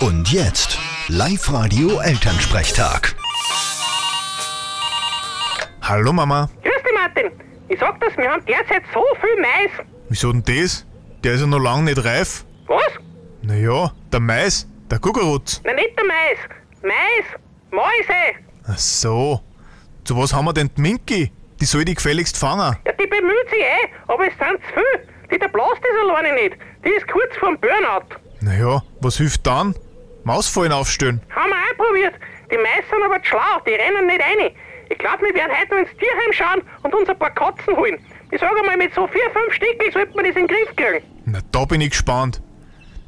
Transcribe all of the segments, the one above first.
Und jetzt, Live-Radio Elternsprechtag. Hallo Mama. Grüß dich, Martin. Ich sag das, wir haben derzeit so viel Mais. Wieso denn das? Der ist ja noch lange nicht reif. Was? Naja, der Mais, der Kuckerutz. Nein, nicht der Mais. Mais. Mäuse. Ach so. Zu was haben wir denn die Minki? Die soll die gefälligst fangen. Ja, die bemüht sich eh, aber es sind zu viel. Die der blast das alleine nicht. Die ist kurz vorm Burnout. Naja, was hilft dann? Mausfallen aufstellen. Haben wir auch probiert. Die Mais sind aber zu schlau, die rennen nicht rein. Ich glaube, wir werden heute noch ins Tierheim schauen und uns ein paar Katzen holen. Ich sage mal, mit so vier, fünf Stickeln sollte man das in den Griff kriegen. Na, da bin ich gespannt.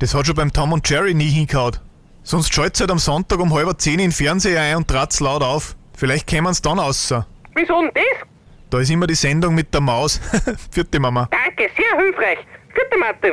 Das hat schon beim Tom und Jerry nie hingehauen. Sonst schalt's halt am Sonntag um halb zehn in den Fernseher ein und trat's laut auf. Vielleicht kämen's dann außer. Wieso denn das? Da ist immer die Sendung mit der Maus. Vierte Mama. Danke, sehr hilfreich. Gute Martin.